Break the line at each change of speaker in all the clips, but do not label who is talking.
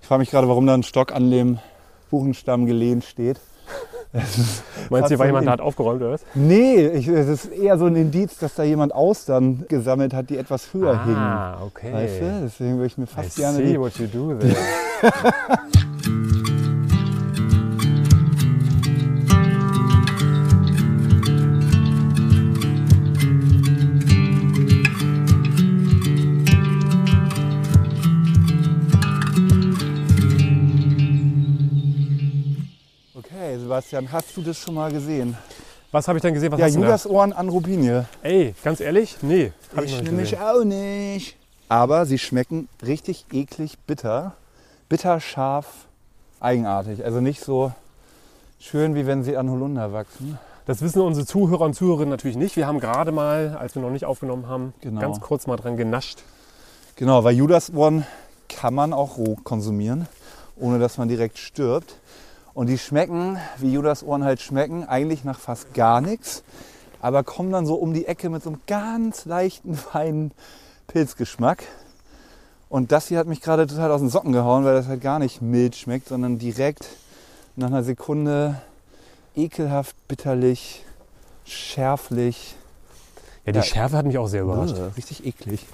frage mich gerade, warum da ein Stock an dem Buchenstamm gelehnt steht.
Meinst du,
so
weil jemand
ein-
da hat aufgeräumt oder was?
Nee, ich, es ist eher so ein Indiz, dass da jemand Austern gesammelt hat, die etwas höher hingen.
Ah, okay.
Weißt du? Deswegen würde ich mir
I
fast gerne
see
die
what you do there.
Okay, Sebastian, hast du das schon mal gesehen?
Was habe ich denn gesehen? Was
ja,
hast du denn
Judas Ohren an Rubinie.
da? Ey, ganz ehrlich? Nee, habe ich, noch nicht
nämlich
gesehen.
auch nicht. Aber sie schmecken richtig eklig bitter. Bitter, scharf, eigenartig. Also nicht so schön, wie wenn sie an Holunder wachsen.
Das wissen unsere Zuhörer und Zuhörerinnen natürlich nicht. Wir haben gerade mal, als wir noch nicht aufgenommen haben,
Genau.
ganz kurz mal dran genascht.
Genau, weil Judas Ohren kann man auch roh konsumieren, ohne dass man direkt stirbt. Und die schmecken, wie Judas Ohren halt schmecken, eigentlich nach fast gar nichts. Aber kommen dann so um die Ecke mit so einem ganz leichten, feinen Pilzgeschmack. Und das hier hat mich gerade total aus den Socken gehauen, weil das halt gar nicht mild schmeckt, sondern direkt nach einer Sekunde ekelhaft, bitterlich, schärflich.
Ja, die
Ja.
Schärfe hat mich auch sehr überrascht.
Äh, Richtig eklig.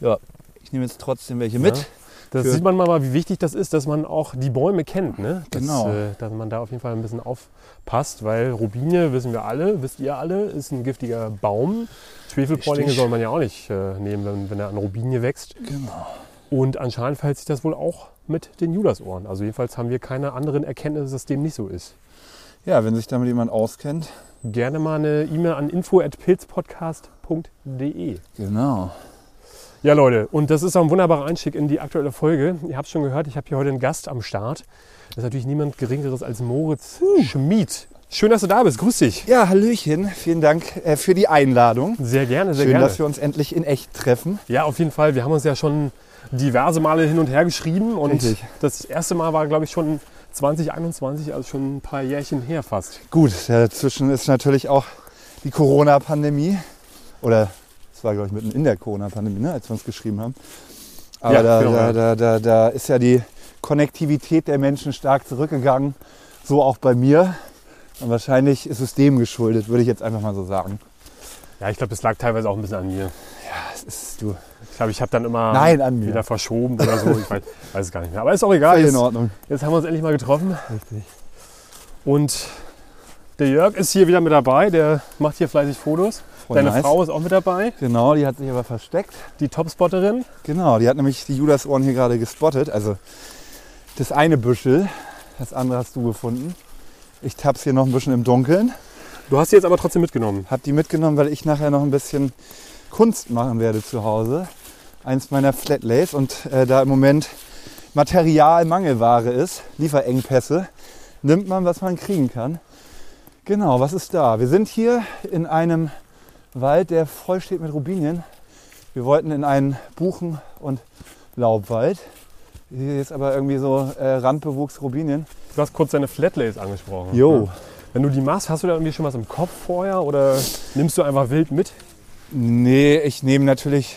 Ja, ich nehme jetzt trotzdem welche mit.
Ja. Das
Für-
sieht man mal, wie wichtig das ist, dass man auch die Bäume kennt. Ne? Dass,
Genau.
äh, dass man da auf jeden Fall ein bisschen aufpasst, weil Rubine, wissen wir alle, wisst ihr alle, ist ein giftiger Baum. Schwefelpollinge
Richtig.
soll man ja auch nicht äh, nehmen, wenn, wenn er an Rubinie wächst.
Genau.
Und anscheinend verhält sich das wohl auch mit den Judasohren. Also jedenfalls haben wir keine anderen Erkenntnisse, dass dem nicht so ist.
Ja, wenn sich damit jemand auskennt.
Gerne mal eine E-Mail an info.pilzpodcast.de.
Genau.
Ja, Leute, und das ist auch ein wunderbarer Einstieg in die aktuelle Folge. Ihr habt schon gehört, ich habe hier heute einen Gast am Start. Das ist natürlich niemand Geringeres als Moritz Schmid. Schön, dass du da bist. Grüß dich.
Ja, Hallöchen. Vielen Dank äh, für die Einladung.
Sehr gerne, sehr
Schön,
gerne.
dass wir uns endlich in echt treffen.
Ja, auf jeden Fall. Wir haben uns ja schon diverse Male hin und her geschrieben. Und
Richtig.
das erste Mal war, glaube ich, schon 2021, also schon ein paar Jährchen her fast.
Gut, dazwischen ist natürlich auch die Corona-Pandemie. Oder es war, glaube ich, mitten in der Corona-Pandemie, ne, als wir uns geschrieben haben. Aber
Ja,
da,
genau, ja.
da, da, da, da ist ja die Konnektivität der Menschen stark zurückgegangen. So auch bei mir. Und wahrscheinlich ist es dem geschuldet, würde ich jetzt einfach mal so sagen.
Ja, ich glaube, das lag teilweise auch ein bisschen an mir.
Das ist du.
Ich glaube, ich habe dann immer
Nein, an mir.
wieder verschoben oder so. Ich weiß, weiß es gar nicht mehr. Aber ist auch egal.
Völlig in
Jetzt-
Ordnung.
Jetzt haben wir uns endlich mal getroffen.
Richtig.
Und der Jörg ist hier wieder mit dabei. Der macht hier fleißig Fotos.
Voll
Deine
Oh, nice.
Frau ist auch mit dabei,
Genau, die hat sich aber versteckt.
die Topspotterin.
Genau, die hat nämlich die Judasohren hier gerade gespottet. Also das eine Büschel, das andere hast du gefunden. Ich tapp's hier noch ein bisschen im Dunkeln.
Du hast sie jetzt aber trotzdem mitgenommen.
Hab die mitgenommen, weil ich nachher noch ein bisschen Kunst machen werde zu Hause. Eins meiner Flatlays und äh, da im Moment Materialmangelware ist, Lieferengpässe, nimmt man, was man kriegen kann. Genau, was ist da? Wir sind hier in einem Wald, der voll steht mit Rubinien. Wir wollten in einen Buchen- und Laubwald. Hier ist aber irgendwie so äh, Randbewuchs Rubinien.
Du hast kurz deine Flatlays angesprochen.
Jo.
Wenn du die machst, hast du da irgendwie schon was im Kopf vorher oder nimmst du einfach wild mit?
Nee, ich nehme natürlich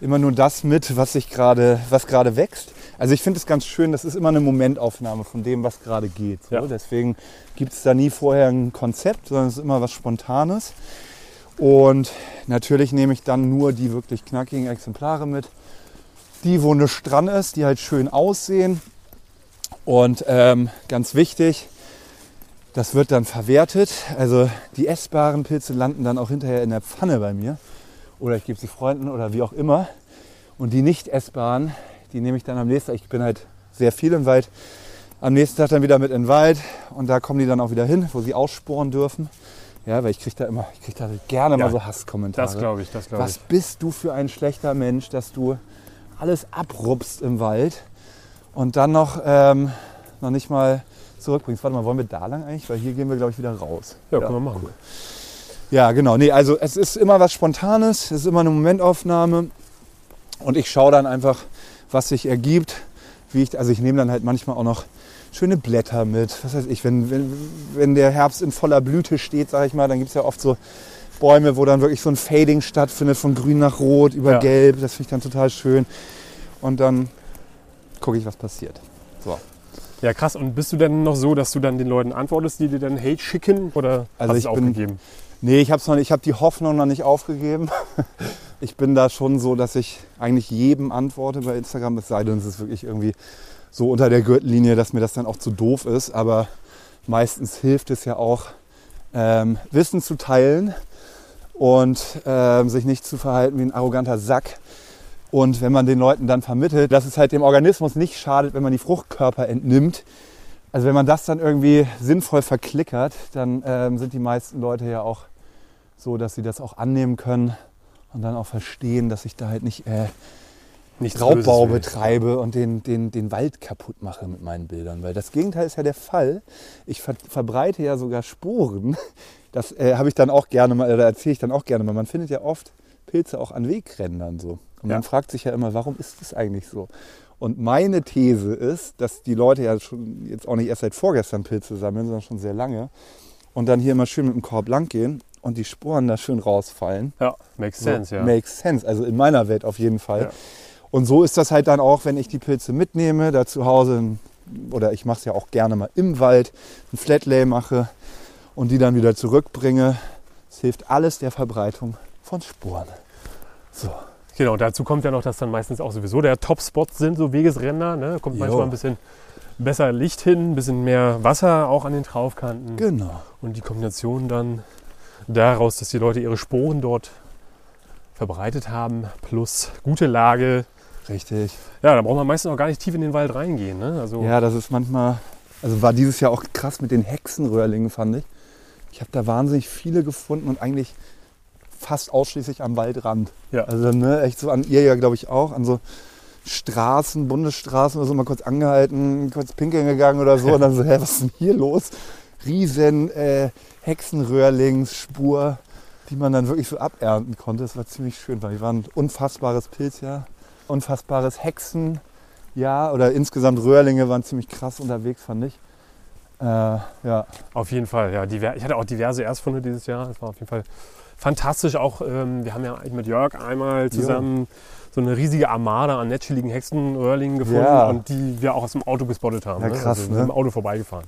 immer nur das mit, was ich gerade, was gerade wächst. Also ich finde es ganz schön, das ist immer eine Momentaufnahme von dem, was gerade geht. So.
Ja.
Deswegen gibt es da nie vorher ein Konzept, sondern es ist immer was Spontanes. Und natürlich nehme ich dann nur die wirklich knackigen Exemplare mit. Die, wo eine dran ist, die halt schön aussehen. Und ähm, ganz wichtig, das wird dann verwertet. Also die essbaren Pilze landen dann auch hinterher in der Pfanne bei mir. Oder ich gebe sie Freunden oder wie auch immer. Und die nicht essbaren, die nehme ich dann am nächsten Tag. Ich bin halt sehr viel im Wald. Am nächsten Tag dann wieder mit in den Wald. Und da kommen die dann auch wieder hin, wo sie aussporen dürfen. Ja, weil ich kriege da immer, ich kriege da gerne
Ja,
mal so Hasskommentare.
Das glaube ich, das glaube
Was
ich.
bist du für ein schlechter Mensch, dass du alles abrupst im Wald und dann noch, ähm, noch nicht mal zurückbringst? Warte mal, wollen wir da lang eigentlich? Weil hier gehen wir, glaube ich, wieder raus.
Ja, können wir machen.
Ja, genau. Nee, also es ist immer was Spontanes, es ist immer eine Momentaufnahme. Und ich schaue dann einfach, was sich ergibt. Wie ich, also ich nehme dann halt manchmal auch noch schöne Blätter mit. Was weiß ich, wenn, wenn, wenn der Herbst in voller Blüte steht, sage ich mal, dann gibt es ja oft so Bäume, wo dann wirklich so ein Fading stattfindet, von grün nach rot über
Ja.
gelb. Das finde ich dann total schön. Und dann gucke ich, was passiert. So.
Ja, krass. Und bist du denn noch so, dass du dann den Leuten antwortest, die dir dann Hate schicken? Oder
Also
hast
ich
du es
bin-
aufgegeben?
Nee, ich habe noch nicht, ich habe die Hoffnung noch nicht aufgegeben. Ich bin da schon so, dass ich eigentlich jedem antworte bei Instagram, es sei denn, es ist wirklich irgendwie so unter der Gürtellinie, dass mir das dann auch zu doof ist. Aber meistens hilft es ja auch, ähm, Wissen zu teilen und ähm, sich nicht zu verhalten wie ein arroganter Sack. Und wenn man den Leuten dann vermittelt, dass es halt dem Organismus nicht schadet, wenn man die Fruchtkörper entnimmt, also wenn man das dann irgendwie sinnvoll verklickert, dann ähm, sind die meisten Leute ja auch so, dass sie das auch annehmen können und dann auch verstehen, dass ich da halt nicht äh,
Nichts
Raubbau
Böses will ich.
betreibe und den, den, den Wald kaputt mache mit meinen Bildern. Weil das Gegenteil ist ja der Fall. Ich ver verbreite ja sogar Sporen. Das äh, habe ich dann auch gerne mal, oder erzähle ich dann auch gerne mal. Man findet ja oft Pilze auch an Wegrändern so. Und
Ja.
man fragt sich ja immer, warum ist das eigentlich so? Und meine These ist, dass die Leute ja schon jetzt auch nicht erst seit vorgestern Pilze sammeln, sondern schon sehr lange. Und dann hier immer schön mit dem Korb lang gehen und die Sporen da schön rausfallen.
Ja, makes sense,
So,
ja.
Makes sense, also in meiner Welt auf jeden Fall.
Ja.
Und so ist das halt dann auch, wenn ich die Pilze mitnehme, da zu Hause, ein- oder ich mache es ja auch gerne mal im Wald, ein Flatlay mache und die dann wieder zurückbringe. Es hilft alles der Verbreitung von Sporen.
Genau, dazu kommt ja noch, dass dann meistens auch sowieso der Top-Spot sind, so Wegesränder. Ne? Kommt
Jo.
manchmal ein bisschen besser Licht hin, ein bisschen mehr Wasser auch an den Traufkanten.
Genau.
Und die Kombination dann daraus, dass die Leute ihre Sporen dort verbreitet haben, plus gute Lage.
Richtig.
Ja, da braucht man meistens auch gar nicht tief in den Wald reingehen. Ne? Also,
Ja, das ist manchmal, also war dieses Jahr auch krass mit den Hexenröhrlingen, fand ich. Ich habe da wahnsinnig viele gefunden und eigentlich fast ausschließlich am Waldrand.
Ja.
Also ne, echt so an ihr ja, glaube ich, auch, an so Straßen, Bundesstraßen oder so mal kurz angehalten, kurz pinkeln gegangen oder so. Und dann so, hä, was ist denn hier los? Riesen äh, Hexenröhrlingsspur, die man dann wirklich so abernten konnte. Das war ziemlich schön, weil die waren ein unfassbares Pilzjahr, unfassbares Hexenjahr oder insgesamt Röhrlinge waren ziemlich krass unterwegs, fand ich. Äh, ja,
Auf jeden Fall, ja. Diver ich hatte auch diverse Erstfunde dieses Jahr. Das war auf jeden Fall fantastisch. Auch ähm, wir haben ja mit Jörg einmal zusammen so eine riesige Armada an netscheligen Hexenröhrlingen gefunden
Ja.
und die wir auch aus dem Auto gespottet haben.
Ja, krass,
also, wir
ne?
sind im Auto vorbeigefahren.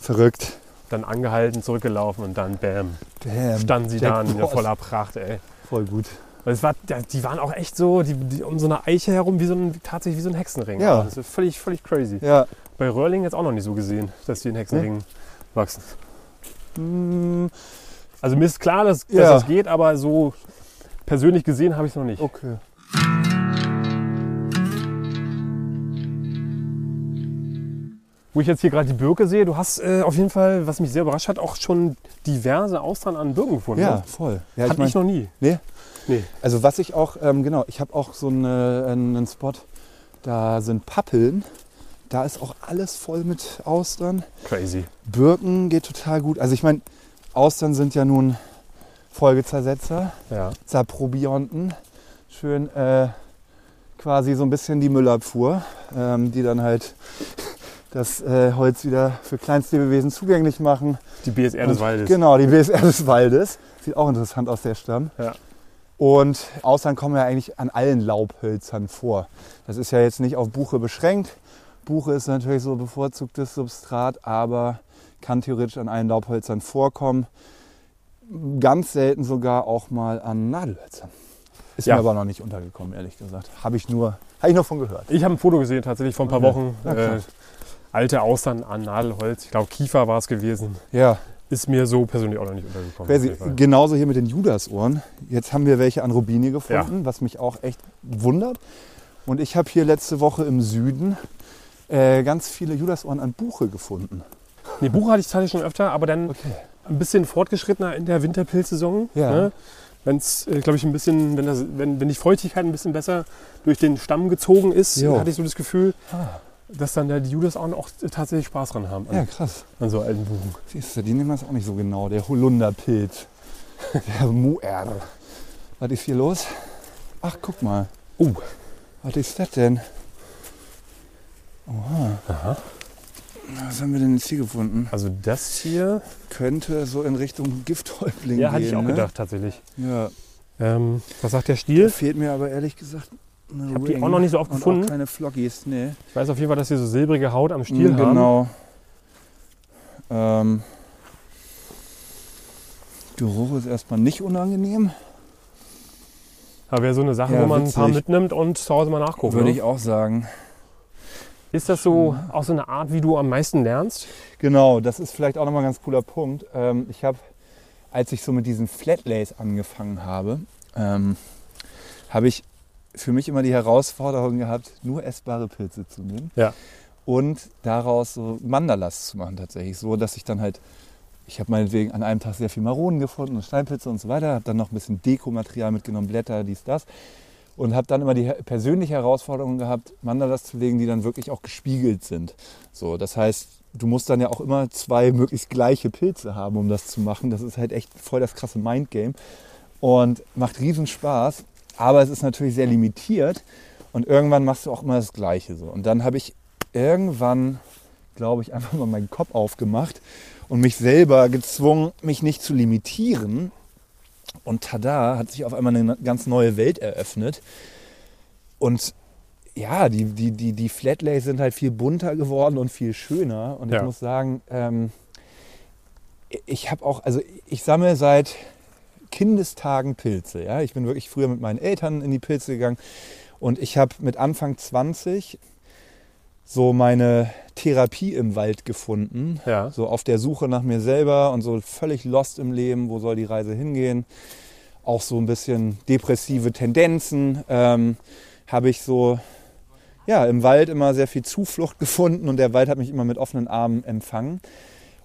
verrückt.
Dann angehalten, zurückgelaufen und dann bam,
Damn,
standen sie da in
Jackpot.
voller Pracht, ey.
voll gut.
Weil es war, ja, die waren auch echt so, die, die um so eine Eiche herum, wie so ein, tatsächlich wie so ein Hexenring.
Ja.
Das ist völlig, völlig crazy.
Ja,
Bei Röhrlingen jetzt auch noch nicht so gesehen, dass die in Hexenringen wachsen.
Hm,
Also mir ist klar, dass, dass
Ja.
das geht, aber so persönlich gesehen habe ich es noch nicht.
okay.
Wo ich jetzt hier gerade die Birke sehe, du hast äh, auf jeden Fall, was mich sehr überrascht hat, auch schon diverse Austern an Birken gefunden.
Ja,
ne?
voll. Ja,
Hatte
ich
ich,
mein,
noch nie.
also was ich auch, ähm, genau, ich habe auch so eine, einen Spot, da sind Pappeln. Da ist auch alles voll mit Austern.
Crazy.
Birken geht total gut. Also ich meine, Austern sind ja nun Folgezersetzer,
Ja.
Saprobionten. Schön äh, quasi so ein bisschen die Müllabfuhr, ähm, die dann halt das äh, Holz wieder für Kleinstlebewesen zugänglich machen.
Die BSR des
Und-
Waldes.
Genau, die BSR des Waldes. Sieht auch interessant aus, der Stamm.
Ja.
Und Austern kommen ja eigentlich an allen Laubhölzern vor. Das ist ja jetzt nicht auf Buche beschränkt. Buche ist natürlich so bevorzugtes Substrat, aber kann theoretisch an allen Laubhölzern vorkommen. Ganz selten sogar auch mal an Nadelhölzern. Ist
Ja.
mir aber noch nicht untergekommen, ehrlich gesagt. Habe ich nur, habe ich nur von gehört.
Ich habe ein Foto gesehen tatsächlich vor ein paar
Okay.
Wochen.
Ja,
äh,
krass.
alte Austern an Nadelholz. Ich glaube, Kiefer war es gewesen.
Ja,
Ist mir so persönlich auch noch nicht untergekommen.
Wer sie,
auf jeden Fall.
genauso hier mit den Judasohren. Jetzt haben wir welche an Robinie gefunden, was mich auch echt wundert. Und ich habe hier letzte Woche im Süden äh, ganz viele Judasohren an Buche gefunden.
Nee, Buche hatte ich tatsächlich schon öfter, aber dann
Okay.
ein bisschen fortgeschrittener in der Winterpilzsaison.
Ja.
Ne? Wenn es, äh, glaube ich, ein bisschen, wenn, das, wenn, wenn die Feuchtigkeit ein bisschen besser durch den Stamm gezogen ist,
Jo.
hatte ich so das Gefühl,
Ah.
dass dann da die Judas auch, auch tatsächlich Spaß dran haben an,
Ja, krass.
an so alten Buchen.
Siehst du, die nehmen das auch nicht so genau. Der Holunderpilz. Der Muer. Was ist hier los? Ach, guck mal.
Oh.
Was ist das denn? Oha.
Aha.
Was haben wir denn jetzt hier gefunden?
Also das hier,
Könnte so in Richtung Gifthäuptling
ja,
gehen.
hatte ich auch
ne?
gedacht tatsächlich.
Ja.
Ähm, was sagt der
Hier
Stiel?
fehlt mir aber ehrlich gesagt
Ich habe die auch noch nicht so oft
und
gefunden.
Auch keine Flockies, nee.
Ich weiß auf jeden Fall, dass sie so silbrige Haut am Stiel
Mm,
haben.
Genau. Ähm, Geruch ist erstmal nicht unangenehm.
Aber wäre so eine Sache,
Ja,
wo man ein paar
witzig.
mitnimmt und zu Hause mal nachguckt.
Würde
ne?
ich auch sagen.
Ist das so auch so eine Art, wie du am meisten lernst?
Genau, das ist vielleicht auch nochmal ein ganz cooler Punkt. Ähm, ich habe, als ich so mit diesen Flatlays angefangen habe, ähm, habe ich für mich immer die Herausforderung gehabt, nur essbare Pilze zu nehmen.
Ja.
Und daraus so Mandalas zu machen tatsächlich. So, dass ich dann halt, ich habe meinetwegen an einem Tag sehr viel Maronen gefunden und Steinpilze und so weiter, habe dann noch ein bisschen Dekomaterial mitgenommen, Blätter, dies, das. Und habe dann immer die her- persönliche Herausforderung gehabt, Mandalas zu legen, die dann wirklich auch gespiegelt sind. So, das heißt, du musst dann ja auch immer zwei möglichst gleiche Pilze haben, um das zu machen. Das ist halt echt voll das krasse Mindgame und macht riesen Spaß, aber es ist natürlich sehr limitiert und irgendwann machst du auch immer das Gleiche so. Und dann habe ich irgendwann, glaube ich, einfach mal meinen Kopf aufgemacht und mich selber gezwungen, mich nicht zu limitieren. Und tada, hat sich auf einmal eine ganz neue Welt eröffnet. Und ja, die, die, die, die Flatlays sind halt viel bunter geworden und viel schöner. Und ich
Ja.
muss sagen, ähm, ich habe auch, also ich sammle seit Kindestagen Pilze. Ja? Ich bin wirklich früher mit meinen Eltern in die Pilze gegangen. Und ich habe mit Anfang 20 so meine Therapie im Wald gefunden.
Ja.
So auf der Suche nach mir selber und so völlig lost im Leben, wo soll die Reise hingehen. Auch so ein bisschen depressive Tendenzen ähm, habe ich so ja, im Wald immer sehr viel Zuflucht gefunden und der Wald hat mich immer mit offenen Armen empfangen.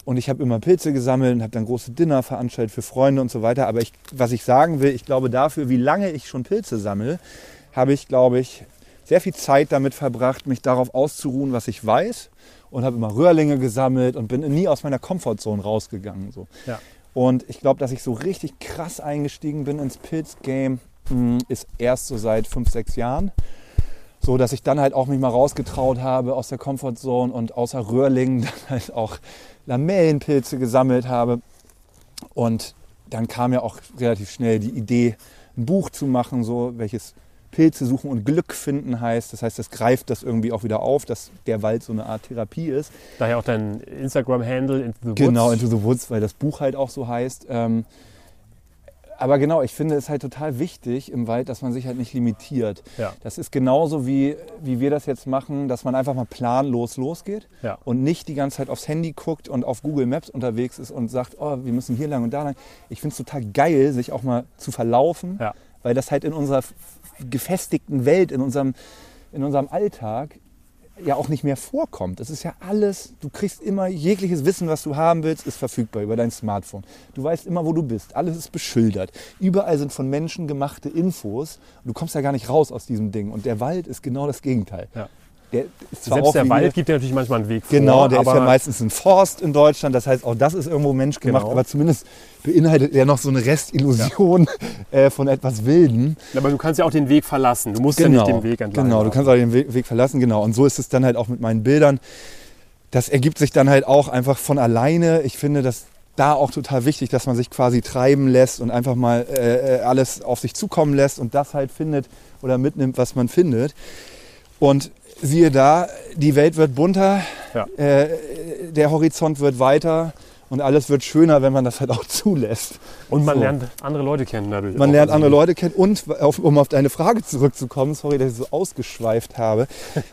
Und ich habe immer Pilze gesammelt und habe dann große Dinner veranstaltet für Freunde und so weiter. Aber ich, was ich sagen will, ich glaube dafür, wie lange ich schon Pilze sammle, habe ich, glaube ich, sehr viel Zeit damit verbracht, mich darauf auszuruhen, was ich weiß. Und habe immer Röhrlinge gesammelt und bin nie aus meiner Comfortzone rausgegangen. So.
Ja.
Und ich glaube, dass ich so richtig krass eingestiegen bin ins Pilzgame, mh, ist erst so seit fünf, sechs Jahren. So, dass ich dann halt auch mich mal rausgetraut habe aus der Comfortzone und außer Röhrlingen dann halt auch Lamellenpilze gesammelt habe. Und dann kam ja auch relativ schnell die Idee, ein Buch zu machen, so welches Pilze suchen und Glück finden heißt. Das heißt, das greift das irgendwie auch wieder auf, dass der Wald so eine Art Therapie ist.
Daher auch dein Instagram-Handle Into the Woods.
Genau, Into the Woods, weil das Buch halt auch so heißt. Ähm, aber genau, ich finde es halt total wichtig im Wald, dass man sich halt nicht limitiert.
Ja.
Das ist genauso wie, wie wir das jetzt machen, dass man einfach mal planlos losgeht
Ja.
und nicht die ganze Zeit aufs Handy guckt und auf Google Maps unterwegs ist und sagt, oh, wir müssen hier lang und da lang. Ich finde es total geil, sich auch mal zu verlaufen,
Ja.
weil das halt in unserer f- gefestigten Welt, in unserem, in unserem Alltag ja auch nicht mehr vorkommt. Es ist ja alles, du kriegst immer jegliches Wissen, was du haben willst, ist verfügbar über dein Smartphone. Du weißt immer, wo du bist. Alles ist beschildert. Überall sind von Menschen gemachte Infos. Du kommst ja gar nicht raus aus diesem Ding. Und der Wald ist genau das Gegenteil.
Ja.
Der ist zwar auch
Selbst
wie
der
hier-
Wald gibt dir natürlich manchmal einen Weg vor.
Genau, der ist
aber
ja meistens ein Forst in Deutschland. Das heißt, auch das ist irgendwo menschgemacht,
Genau.
aber zumindest beinhaltet er noch so eine Restillusion äh, von etwas Wilden.
Aber du kannst ja auch den Weg verlassen. Du musst ja nicht den Weg entlang.
Genau, du
laufen.
kannst auch den We- Weg verlassen, genau. Und so ist es dann halt auch mit meinen Bildern. Das ergibt sich dann halt auch einfach von alleine. Ich finde das da auch total wichtig, dass man sich quasi treiben lässt und einfach mal äh, äh, alles auf sich zukommen lässt und das halt findet oder mitnimmt, was man findet. Und siehe da, die Welt wird bunter,
Ja.
äh, der Horizont wird weiter und alles wird schöner, wenn man das halt auch zulässt.
Und man
So.
lernt andere Leute kennen dadurch.
Man
auch.
lernt
Also,
andere Leute kennen und, auf, um auf deine Frage zurückzukommen, sorry, dass ich so ausgeschweift habe,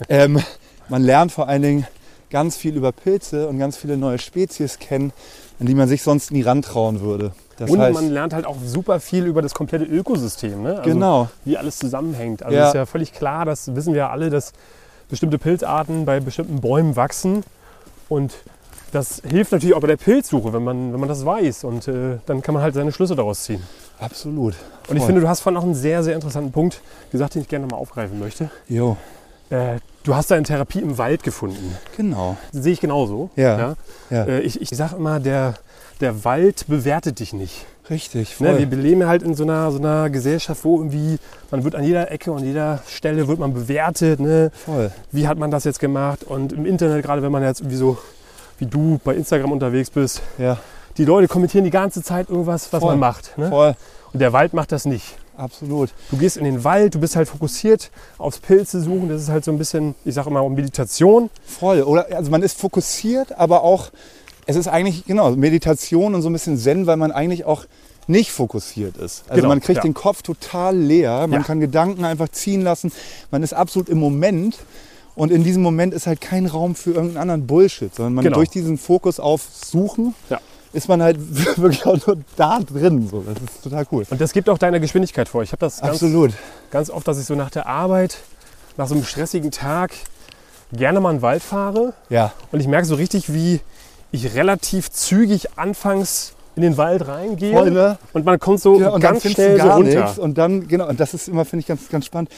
ähm, man lernt vor allen Dingen ganz viel über Pilze und ganz viele neue Spezies kennen, an die man sich sonst nie rantrauen würde. Das
Und
heißt,
man lernt halt auch super viel über das komplette Ökosystem. Ne? Also
genau,
Wie alles zusammenhängt. Also
Ja.
ist ja völlig klar, das wissen wir ja alle, dass bestimmte Pilzarten bei bestimmten Bäumen wachsen. Und das hilft natürlich auch bei der Pilzsuche, wenn man, wenn man das weiß. Und äh, dann kann man halt seine Schlüsse daraus ziehen.
absolut.
Und ich
Voll.
finde, du hast vorhin auch einen sehr, sehr interessanten Punkt gesagt, den ich gerne nochmal aufgreifen möchte.
Jo,
Äh, du hast deine Therapie im Wald gefunden.
genau.
Das sehe ich genauso.
Ja, ja.
Äh, ich ich sage immer, der, der Wald bewertet dich nicht.
Richtig, voll.
Ne? Wir leben halt in so einer, so einer Gesellschaft, wo irgendwie, man wird an jeder Ecke und jeder Stelle wird man bewertet. Ne?
voll.
Wie hat man das jetzt gemacht? Und im Internet, gerade wenn man jetzt irgendwie so wie du bei Instagram unterwegs bist,
Ja,
die Leute kommentieren die ganze Zeit irgendwas, was
Voll.
man macht. Ne?
voll.
Und der Wald macht das nicht.
absolut.
Du gehst in den Wald, du bist halt fokussiert aufs Pilze suchen. Das ist halt so ein bisschen, ich sage immer, um Meditation.
Voll. Oder also man ist fokussiert, aber auch, es ist eigentlich, genau, Meditation und so ein bisschen Zen, weil man eigentlich auch nicht fokussiert ist. Also
Genau,
man kriegt
ja.
den Kopf total leer, man
Ja.
kann Gedanken einfach ziehen lassen, man ist absolut im Moment und in diesem Moment ist halt kein Raum für irgendeinen anderen Bullshit, sondern man
Genau.
durch diesen Fokus auf Suchen
Ja.
ist man halt wirklich auch nur da drin. So. Das ist total cool.
Und das gibt auch deiner Geschwindigkeit vor. Ich habe das ganz,
Absolut.
ganz oft, dass ich so nach der Arbeit, nach so einem stressigen Tag, gerne mal in den Wald fahre.
Ja,
Und ich merke so richtig, wie ich relativ zügig anfangs in den Wald reingehe.
voll, ne?
Und man kommt so
Ja, und dann
ganz
findest
schnell
du
so
gar
runter.
nichts. Und dann, genau, und das ist immer, finde ich, ganz, ganz spannend.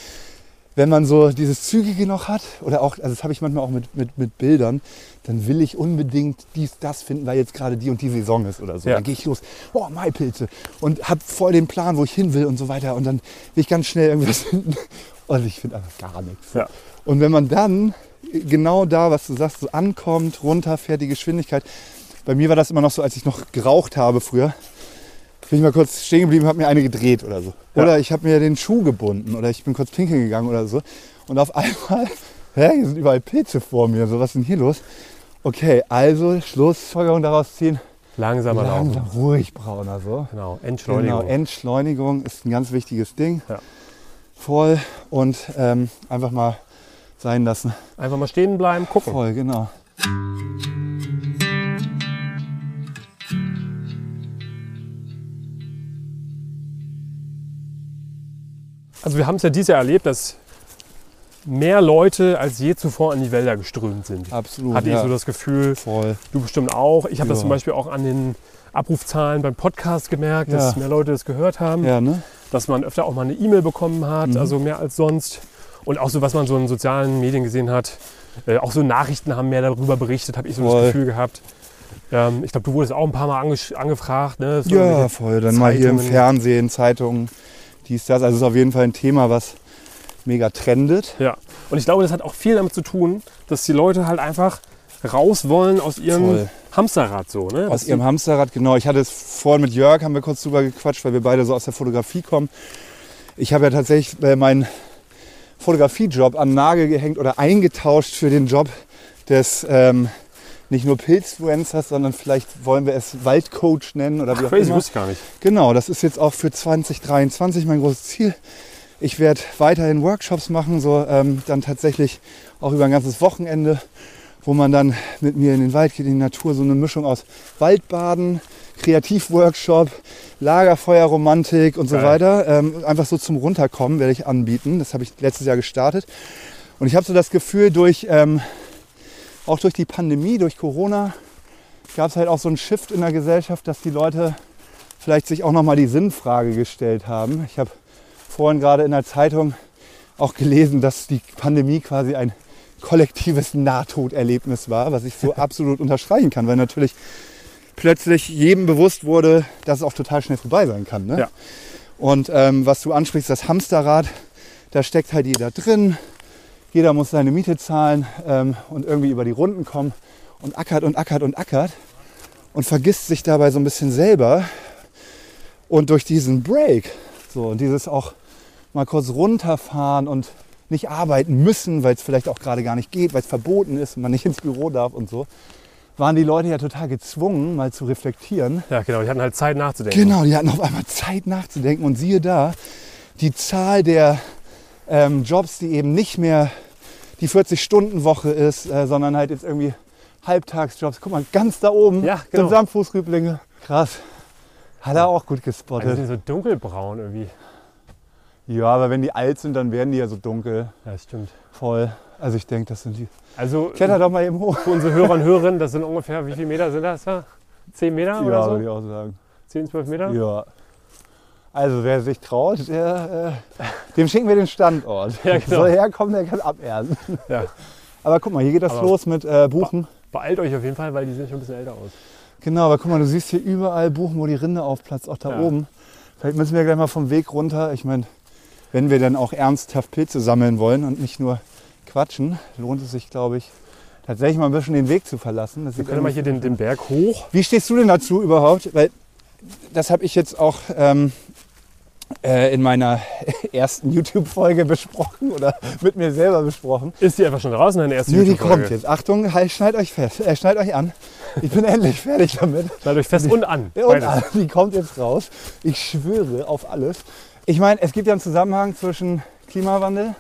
Wenn man so dieses Zügige noch hat, oder auch, also das habe ich manchmal auch mit, mit, mit Bildern, dann will ich unbedingt dies, das finden, weil jetzt gerade die und die Saison ist oder so.
Ja.
Dann gehe ich los, oh, Maipilze und habe voll den Plan, wo ich hin will und so weiter. Und dann will ich ganz schnell irgendwas finden und ich finde einfach gar nichts.
Ja.
Und wenn man dann genau da, was du sagst, so ankommt, runterfährt, die Geschwindigkeit. Bei mir war das immer noch so, als ich noch geraucht habe früher. Bin ich mal kurz stehen geblieben, habe mir eine gedreht oder so.
Ja.
Oder ich habe mir den Schuh gebunden oder ich bin kurz pinkeln gegangen oder so. Und auf einmal, hä, hier sind überall Pilze vor mir. So, was ist denn hier los? Okay, also Schlussfolgerung daraus ziehen.
Langsamer
Langsam
laufen.
ruhig brauner so.
Genau,
Genau,
Entschleunigung.
Entschleunigung ist ein ganz wichtiges Ding.
Ja.
Voll und ähm, einfach mal sein lassen.
Einfach mal stehen bleiben, gucken.
Voll, genau.
Also wir haben es ja dieses Jahr erlebt, dass mehr Leute als je zuvor in die Wälder geströmt sind.
Absolut.
Hatte ich
ja.
so das Gefühl,
Voll.
du bestimmt auch. Ich habe das
Ja.
zum Beispiel auch an den Abrufzahlen beim Podcast gemerkt, dass
Ja.
mehr Leute das gehört haben,
Ja, ne?
dass man öfter auch mal eine E-Mail bekommen hat,
Mhm.
also mehr als sonst. Und auch so, was man so in sozialen Medien gesehen hat. Äh, auch so Nachrichten haben mehr darüber berichtet, habe ich so
Voll.
das Gefühl gehabt. Ähm, ich glaube, du wurdest auch ein paar Mal angesch- angefragt. Ne? So
Ja, voll. Dann mal hier im
Zeitungen.
Fernsehen, Zeitungen, dies, das. Also es ist auf jeden Fall ein Thema, was mega trendet.
Ja, und ich glaube, das hat auch viel damit zu tun, dass die Leute halt einfach raus wollen aus ihrem
Voll.
Hamsterrad so. Ne?
Aus
Dass
ihrem Hamsterrad, genau. Ich hatte es vorhin mit Jörg, haben wir kurz drüber gequatscht, weil wir beide so aus der Fotografie kommen. Ich habe ja tatsächlich äh, meinen Fotografiejob an den Nagel gehängt oder eingetauscht für den Job des ähm, nicht nur Pilzfluencers, sondern vielleicht wollen wir es Waldcoach nennen oder wie
die
auch
crazy,
immer.
wusste ich gar nicht.
Genau, das ist jetzt auch für 2023 mein großes Ziel. Ich werde weiterhin Workshops machen, so ähm, dann tatsächlich auch über ein ganzes Wochenende, wo man dann mit mir in den Wald geht, in die Natur, so eine Mischung aus Waldbaden, Kreativworkshop, Lagerfeuerromantik und so
Geil.
weiter. Ähm, einfach so zum Runterkommen werde ich anbieten. Das habe ich letztes Jahr gestartet. Und ich habe so das Gefühl, durch ähm, auch durch die Pandemie, durch Corona, gab es halt auch so einen Shift in der Gesellschaft, dass die Leute vielleicht sich auch nochmal die Sinnfrage gestellt haben. Ich habe vorhin gerade in der Zeitung auch gelesen, dass die Pandemie quasi ein kollektives Nahtoderlebnis war, was ich so absolut unterstreichen kann, weil natürlich plötzlich jedem bewusst wurde, dass es auch total schnell vorbei sein kann. Ne?
Ja.
Und ähm, was du ansprichst, das Hamsterrad, da steckt halt jeder drin. Jeder muss seine Miete zahlen ähm, und irgendwie über die Runden kommen und ackert und ackert und ackert und vergisst sich dabei so ein bisschen selber. Und durch diesen Break, so und dieses auch mal kurz runterfahren und nicht arbeiten müssen, weil es vielleicht auch gerade gar nicht geht, weil es verboten ist und man nicht ins Büro darf und so, waren die Leute ja total gezwungen, mal zu reflektieren.
Ja, genau, die hatten halt Zeit nachzudenken.
Genau, die hatten auf einmal Zeit nachzudenken und siehe da, die Zahl der ähm, Jobs, die eben nicht mehr die 40-Stunden-Woche ist, äh, sondern halt jetzt irgendwie Halbtagsjobs. Guck mal, ganz da oben
Ja,
sind
genau.
Samtfußrüblinge. Krass. Hat er auch gut
Also die
gespottet.
sind so dunkelbraun irgendwie.
Ja, aber wenn die alt sind, dann werden die ja so dunkel.
Ja, stimmt.
Voll. Also ich denke, das sind die.
Also
Kletter doch mal eben hoch.
für unsere Hörer und Hörerinnen, das sind ungefähr, wie viele Meter sind das da? 10 Meter oder
würde ich
so?
auch sagen.
10, 12 Meter?
Ja. Also wer sich traut, der, äh, dem schicken wir den Standort.
Ja, genau.
Soll herkommen, der kann abernten.
Ja.
Aber guck mal, hier geht das
Aber-
los mit äh, Buchen.
Beeilt euch auf jeden Fall, weil die sehen schon ein bisschen älter aus.
Genau, aber guck mal, du siehst hier überall Buchen, wo die Rinde aufplatzt, auch da
Ja.
oben. Vielleicht müssen wir gleich mal vom Weg runter. Ich meine, wenn wir dann auch ernsthaft Pilze sammeln wollen und nicht nur quatschen, lohnt es sich, glaube ich, tatsächlich mal ein bisschen den Weg zu verlassen. Das
Wir
sieht
können mal
irgendwie-
hier den, den Berg hoch.
Wie stehst du denn dazu überhaupt? Weil das habe ich jetzt auch ähm, äh, in meiner ersten YouTube-Folge besprochen oder mit mir selber besprochen.
Ist die einfach schon draußen, deine erste
Nee, die
YouTube-Folge?
kommt jetzt. Achtung, halt, schneidet euch fest, äh, schneidet euch an. Ich bin endlich fertig damit.
Schneid euch fest und an.
Ja, Und
Beides.
alle, die kommt jetzt raus. Ich schwöre auf alles. Ich meine, es gibt ja einen Zusammenhang zwischen Klimawandel,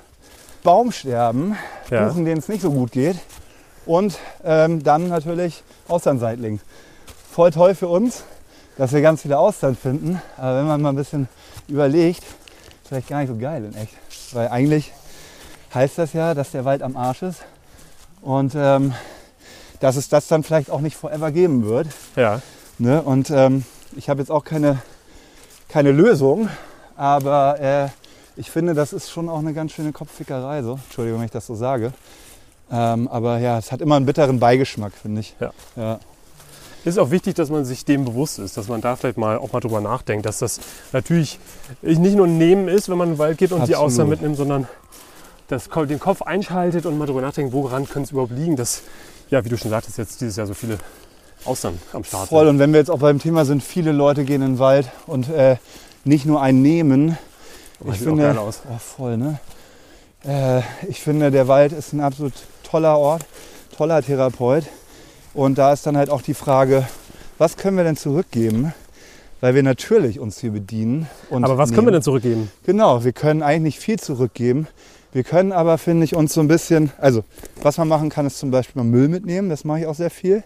Baumsterben,
Ja.
Buchen, denen es nicht so gut geht und ähm, dann natürlich Auslandseitling. Voll toll für uns, dass wir ganz viele Austern finden, aber wenn man mal ein bisschen überlegt, vielleicht gar nicht so geil in echt. Weil eigentlich heißt das ja, dass der Wald am Arsch ist und ähm, dass es das dann vielleicht auch nicht forever geben wird.
Ja.
Ne? Und ähm, ich habe jetzt auch keine, keine Lösung, aber äh, ich finde, das ist schon auch eine ganz schöne Kopffickerei. So. Entschuldigung, wenn ich das so sage. Ähm, aber ja, es hat immer einen bitteren Beigeschmack, finde ich.
Ja.
Ja.
Ist auch wichtig, dass man sich dem bewusst ist, dass man da vielleicht mal auch mal drüber nachdenkt, dass das natürlich nicht nur ein Nehmen ist, wenn man in den Wald geht und die
Absolut.
Austern mitnimmt, sondern das, Ko- den Kopf einschaltet und mal drüber nachdenkt, woran könnte es überhaupt liegen, dass, ja, wie du schon sagtest, jetzt dieses Jahr so viele Austern am Start
Voll.
sind.
Und wenn wir jetzt auch beim Thema sind, viele Leute gehen in den Wald und äh, nicht nur ein nehmen.
Aber
ich
sieht auch
finde-
geil aus.
Oh, voll, ne? Äh, ich finde, der Wald ist ein absolut toller Ort, toller Therapeut. Und da ist dann halt auch die Frage, was können wir denn zurückgeben? Weil wir natürlich uns hier bedienen. Und
Aber was
nehmen.
können wir denn zurückgeben?
Genau, wir können eigentlich nicht viel zurückgeben. Wir können aber, finde ich, uns so ein bisschen, also was man machen kann, ist zum Beispiel mal Müll mitnehmen. Das mache ich auch sehr viel,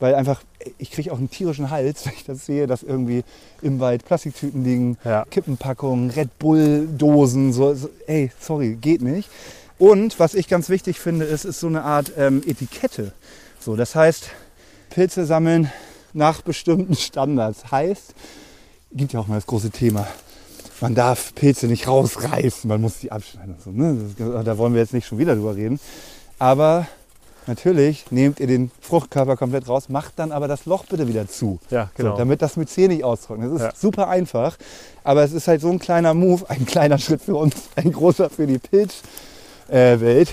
weil einfach, ich kriege auch einen tierischen Hals, wenn ich das sehe, dass irgendwie im Wald Plastiktüten liegen,
Ja.
Kippenpackungen, Red Bull-Dosen, so, so, ey, sorry, geht nicht. Und was ich ganz wichtig finde, ist, ist so eine Art ähm, Etikette. So, das heißt, Pilze sammeln nach bestimmten Standards. Heißt, gibt ja auch mal das große Thema. Man darf Pilze nicht rausreißen, man muss sie abschneiden und so. Ne? Das, da wollen wir jetzt nicht schon wieder drüber reden. Aber natürlich nehmt ihr den Fruchtkörper komplett raus, macht dann aber das Loch bitte wieder zu.
Ja, genau.
So, damit das Myzel nicht austrocknet. Das ist
Ja.
super einfach, aber es ist halt so ein kleiner Move, ein kleiner Schritt für uns, ein großer für die Pilzwelt. Äh, Welt.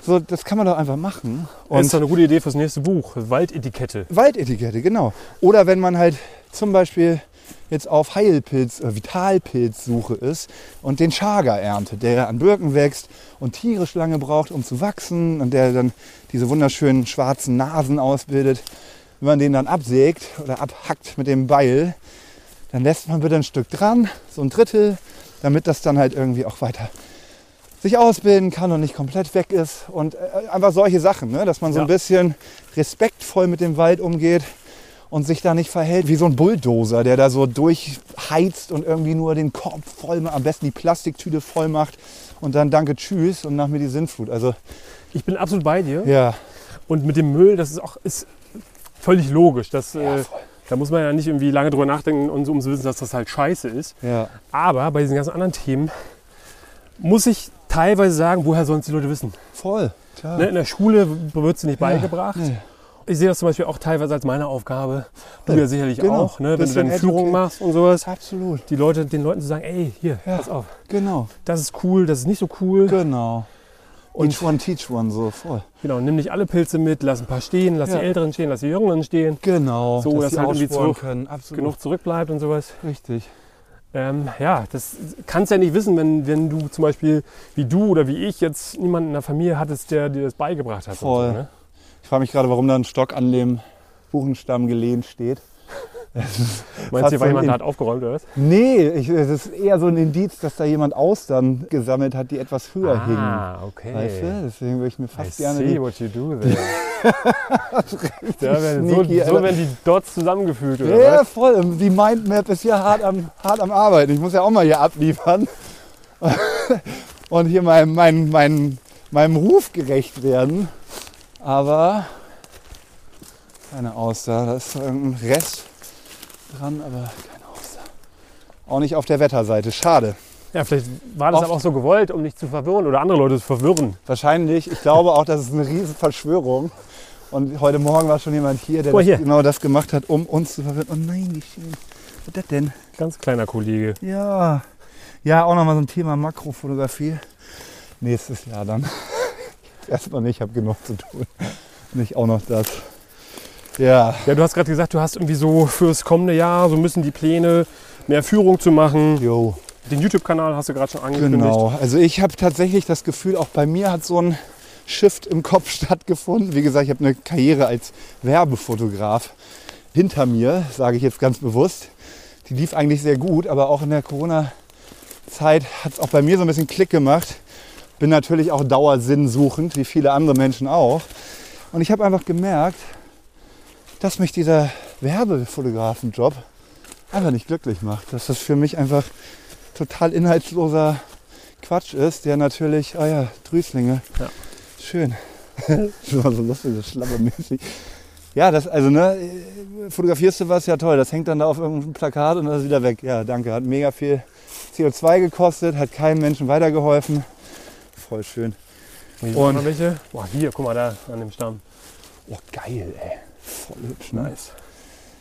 so, das kann man doch einfach machen.
das
Und
ist doch eine gute Idee fürs nächste Buch, Waldetikette.
Waldetikette, genau. Oder wenn man halt zum Beispiel jetzt auf Heilpilz, äh, Vitalpilzsuche ist und den Chaga erntet, der an Birken wächst und tierisch lange braucht, um zu wachsen und der dann diese wunderschönen schwarzen Nasen ausbildet. Wenn man den dann absägt oder abhackt mit dem Beil, dann lässt man bitte ein Stück dran, so ein Drittel, damit das dann halt irgendwie auch weiter sich ausbilden kann und nicht komplett weg ist. Und äh, einfach solche Sachen, ne? dass man so ein
Ja.
bisschen respektvoll mit dem Wald umgeht und sich da nicht verhält wie so ein Bulldozer, der da so durchheizt und irgendwie nur den Korb voll macht, am besten die Plastiktüte voll macht und dann danke, tschüss und nach mir die Sinnflut. Also
Ich bin absolut bei dir.
ja,
Und mit dem Müll, das ist auch ist völlig logisch. Das, äh, da muss man ja nicht irgendwie lange drüber nachdenken, um, um zu wissen, dass das halt scheiße ist.
ja,
Aber bei diesen ganzen anderen Themen muss ich teilweise sagen, woher sollen es die Leute wissen?
voll. Klar.
Ne, in der Schule wird es nicht beigebracht.
nee.
Ich sehe das zum Beispiel auch teilweise als meine Aufgabe. Du
Ja,
ja sicherlich
genau.
auch, ne? wenn du
Bisschen
deine Führung
educate.
machst und sowas.
Absolut,
Die Leute, den Leuten zu sagen, ey, hier,
Ja.
pass auf,
genau,
das ist cool, das ist nicht so cool.
genau.
Und-
each one teach one, so voll.
Genau, nimm nicht alle Pilze mit, lass ein paar stehen, lass
Ja.
die Älteren stehen, lass die Jüngeren stehen.
Genau,
So, dass
sie
halt irgendwie
aufsporen
zurück-
können. Absolut,
Genug zurückbleibt und sowas.
richtig.
Ähm, ja, das kannst ja nicht wissen, wenn, wenn du zum Beispiel wie du oder wie ich jetzt niemanden in der Familie hattest, der dir das beigebracht hat. und
Voll.
So, ne?
Ich frage mich gerade, warum da ein Stock an dem Buchenstamm gelehnt steht. Das ist
Meinst
Fast
du, weil
so ein
jemand da hat aufgeräumt oder was?
Nee, ich, es ist eher so ein Indiz, dass da jemand Austern gesammelt hat, die etwas höher hingen.
ah, okay.
Weißt du? Deswegen würde ich mir
I
fast
see
gerne die
what you do there. ja, wenn,
sneaky,
so, so
Alter.
werden die Dots zusammengefügt oder
Ja,
was?
voll. Die Mindmap ist ja hart am, hart am Arbeiten. Ich muss ja auch mal hier abliefern und hier meinem, meinem, meinem, meinem Ruf gerecht werden. Aber keine Auster. Da ist ein Rest dran, aber keine Auster. Auch nicht auf der Wetterseite. Schade.
Ja, vielleicht war das
Oft-
aber auch so gewollt, um dich zu verwirren oder andere Leute zu verwirren.
Wahrscheinlich. Ich glaube auch, das ist eine riesen Verschwörung. Und heute Morgen war schon jemand hier, der
Guck mal
das
hier.
genau das gemacht hat, um uns zu verwirren. Oh nein, wie schön. Was ist das denn?
Ganz kleiner Kollege.
Ja. Ja, auch nochmal so ein Thema Makrofotografie. Nächstes Jahr dann. Erstmal nicht, ich habe genug zu tun. Nicht auch noch das. Ja,
Ja, du hast gerade gesagt, du hast irgendwie so fürs kommende Jahr so ein bisschen die Pläne, mehr Führung zu machen.
jo.
Den YouTube-Kanal hast du gerade schon angekündigt.
Genau, also ich habe tatsächlich das Gefühl, auch bei mir hat so ein Shift im Kopf stattgefunden. Wie gesagt, ich habe eine Karriere als Werbefotograf hinter mir, sage ich jetzt ganz bewusst. Die lief eigentlich sehr gut, aber auch in der Corona-Zeit hat es auch bei mir so ein bisschen Klick gemacht. Bin natürlich auch dauersinnsuchend, wie viele andere Menschen auch. Und ich habe einfach gemerkt, dass mich dieser Werbefotografenjob einfach nicht glücklich macht. Dass das für mich einfach total inhaltsloser Quatsch ist, der natürlich, ah ja, Drüßlinge.
Ja.
Schön. das war so lustig, das schlabbermäßig. Ja, das, also ne, fotografierst du was, ja toll, das hängt dann da auf irgendeinem Plakat und dann ist es wieder weg. Ja, danke, hat mega viel CO2 gekostet, hat keinem Menschen weitergeholfen. Voll schön.
Hier
Und-
sind noch welche. Boah, hier, guck mal da an dem Stamm.
Oh, geil, ey. Voll hübsch, ne?
Nice.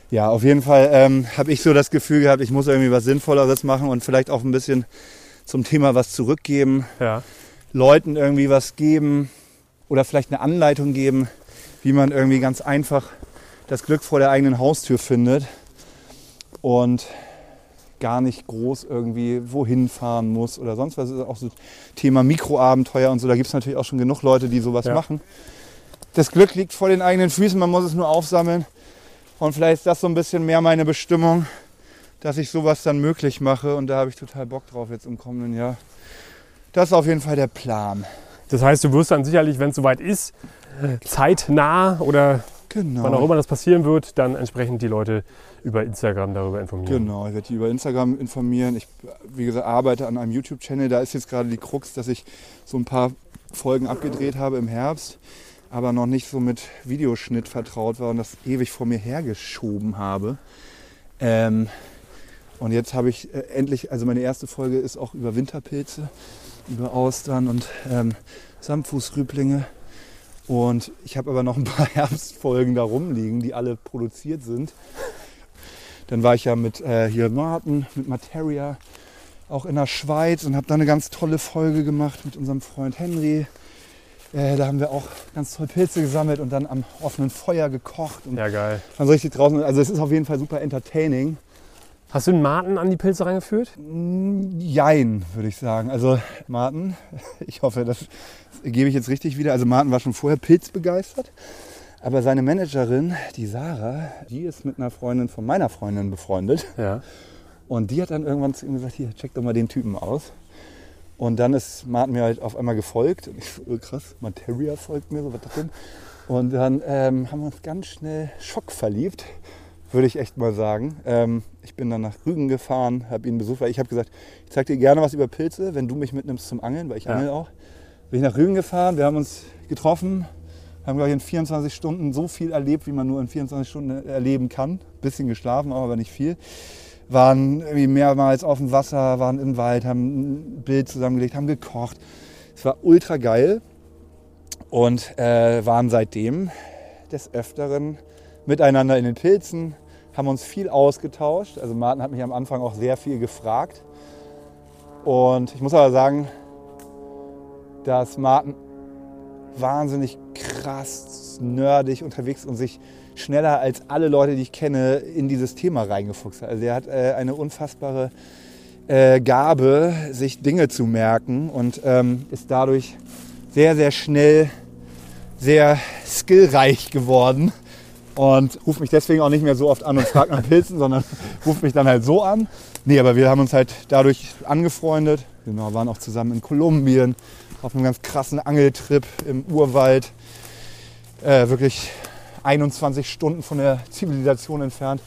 Ja, auf jeden Fall ähm, habe ich so das Gefühl gehabt, ich muss irgendwie was Sinnvolleres machen und vielleicht auch ein bisschen zum Thema was zurückgeben.
Ja.
Leuten irgendwie was geben oder vielleicht eine Anleitung geben, wie man irgendwie ganz einfach das Glück vor der eigenen Haustür findet und gar nicht groß irgendwie wohin fahren muss oder sonst was. Das ist auch so Thema Mikroabenteuer und so. Da gibt es natürlich auch schon genug Leute, die sowas
Ja.
machen. Das Glück liegt vor den eigenen Füßen, man muss es nur aufsammeln. Und vielleicht ist das so ein bisschen mehr meine Bestimmung, dass ich sowas dann möglich mache. Und da habe ich total Bock drauf jetzt im kommenden Jahr. Das ist auf jeden Fall der Plan.
Das heißt, du wirst dann sicherlich, wenn es soweit ist, zeitnah oder
Genau.
wann auch immer das passieren wird, dann entsprechend die Leute über Instagram darüber informieren.
Genau, ich werde die über Instagram informieren. Ich, wie gesagt, arbeite an einem YouTube-Channel. Da ist jetzt gerade die Krux, dass ich so ein paar Folgen abgedreht habe im Herbst, aber noch nicht so mit Videoschnitt vertraut war und das ewig vor mir hergeschoben habe. Ähm, und jetzt habe ich äh, endlich, also meine erste Folge ist auch über Winterpilze, über Austern und ähm, Samtfußrüblinge. Und ich habe aber noch ein paar Herbstfolgen da rumliegen, die alle produziert sind. Dann war ich ja mit äh, hier Martin, mit Materia auch in der Schweiz und habe da eine ganz tolle Folge gemacht mit unserem Freund Henry. Äh, da haben wir auch ganz toll Pilze gesammelt und dann am offenen Feuer gekocht und
Ja, geil.
waren so richtig draußen. Also es ist auf jeden Fall super entertaining.
Hast du einen Marten an die Pilze rangeführt?
Mm, Jein, würde ich sagen. Also Martin, ich hoffe, das gebe ich jetzt richtig wieder. Also Martin war schon vorher pilzbegeistert. Aber seine Managerin, die Sarah, die ist mit einer Freundin von meiner Freundin befreundet.
Ja.
Und die hat dann irgendwann zu ihm gesagt, hier, check doch mal den Typen aus. Und dann ist Martin mir halt auf einmal gefolgt. Und ich so, oh, krass, Materia folgt mir, so was das denn? Und dann ähm, haben wir uns ganz schnell schockverliebt, würde ich echt mal sagen. Ähm, ich bin dann nach Rügen gefahren, habe ihn besucht, weil ich habe gesagt, ich zeig dir gerne was über Pilze, wenn du mich mitnimmst zum Angeln, weil ich
Ja.
angel auch. Bin ich nach Rügen gefahren, wir haben uns getroffen, haben, glaube ich, in 24 Stunden so viel erlebt, wie man nur in 24 Stunden erleben kann. Bisschen geschlafen, auch, aber nicht viel. Waren irgendwie mehrmals auf dem Wasser, waren im Wald, haben ein Bild zusammengelegt, haben gekocht. Es war ultra geil und äh, waren seitdem des Öfteren miteinander in den Pilzen, haben uns viel ausgetauscht. Also Martin hat mich am Anfang auch sehr viel gefragt. Und ich muss aber sagen, dass Martin wahnsinnig krass nerdig unterwegs und sich schneller als alle Leute, die ich kenne, in dieses Thema reingefuchst hat. Also er hat äh, eine unfassbare äh, Gabe, sich Dinge zu merken und ähm, ist dadurch sehr, sehr schnell sehr skillreich geworden und ruft mich deswegen auch nicht mehr so oft an und fragt nach Pilzen, sondern ruft mich dann halt so an. Nee, aber wir haben uns halt dadurch angefreundet. Genau, waren auch zusammen in Kolumbien auf einem ganz krassen Angeltrip im Urwald. Äh, wirklich 21 Stunden von der Zivilisation entfernt.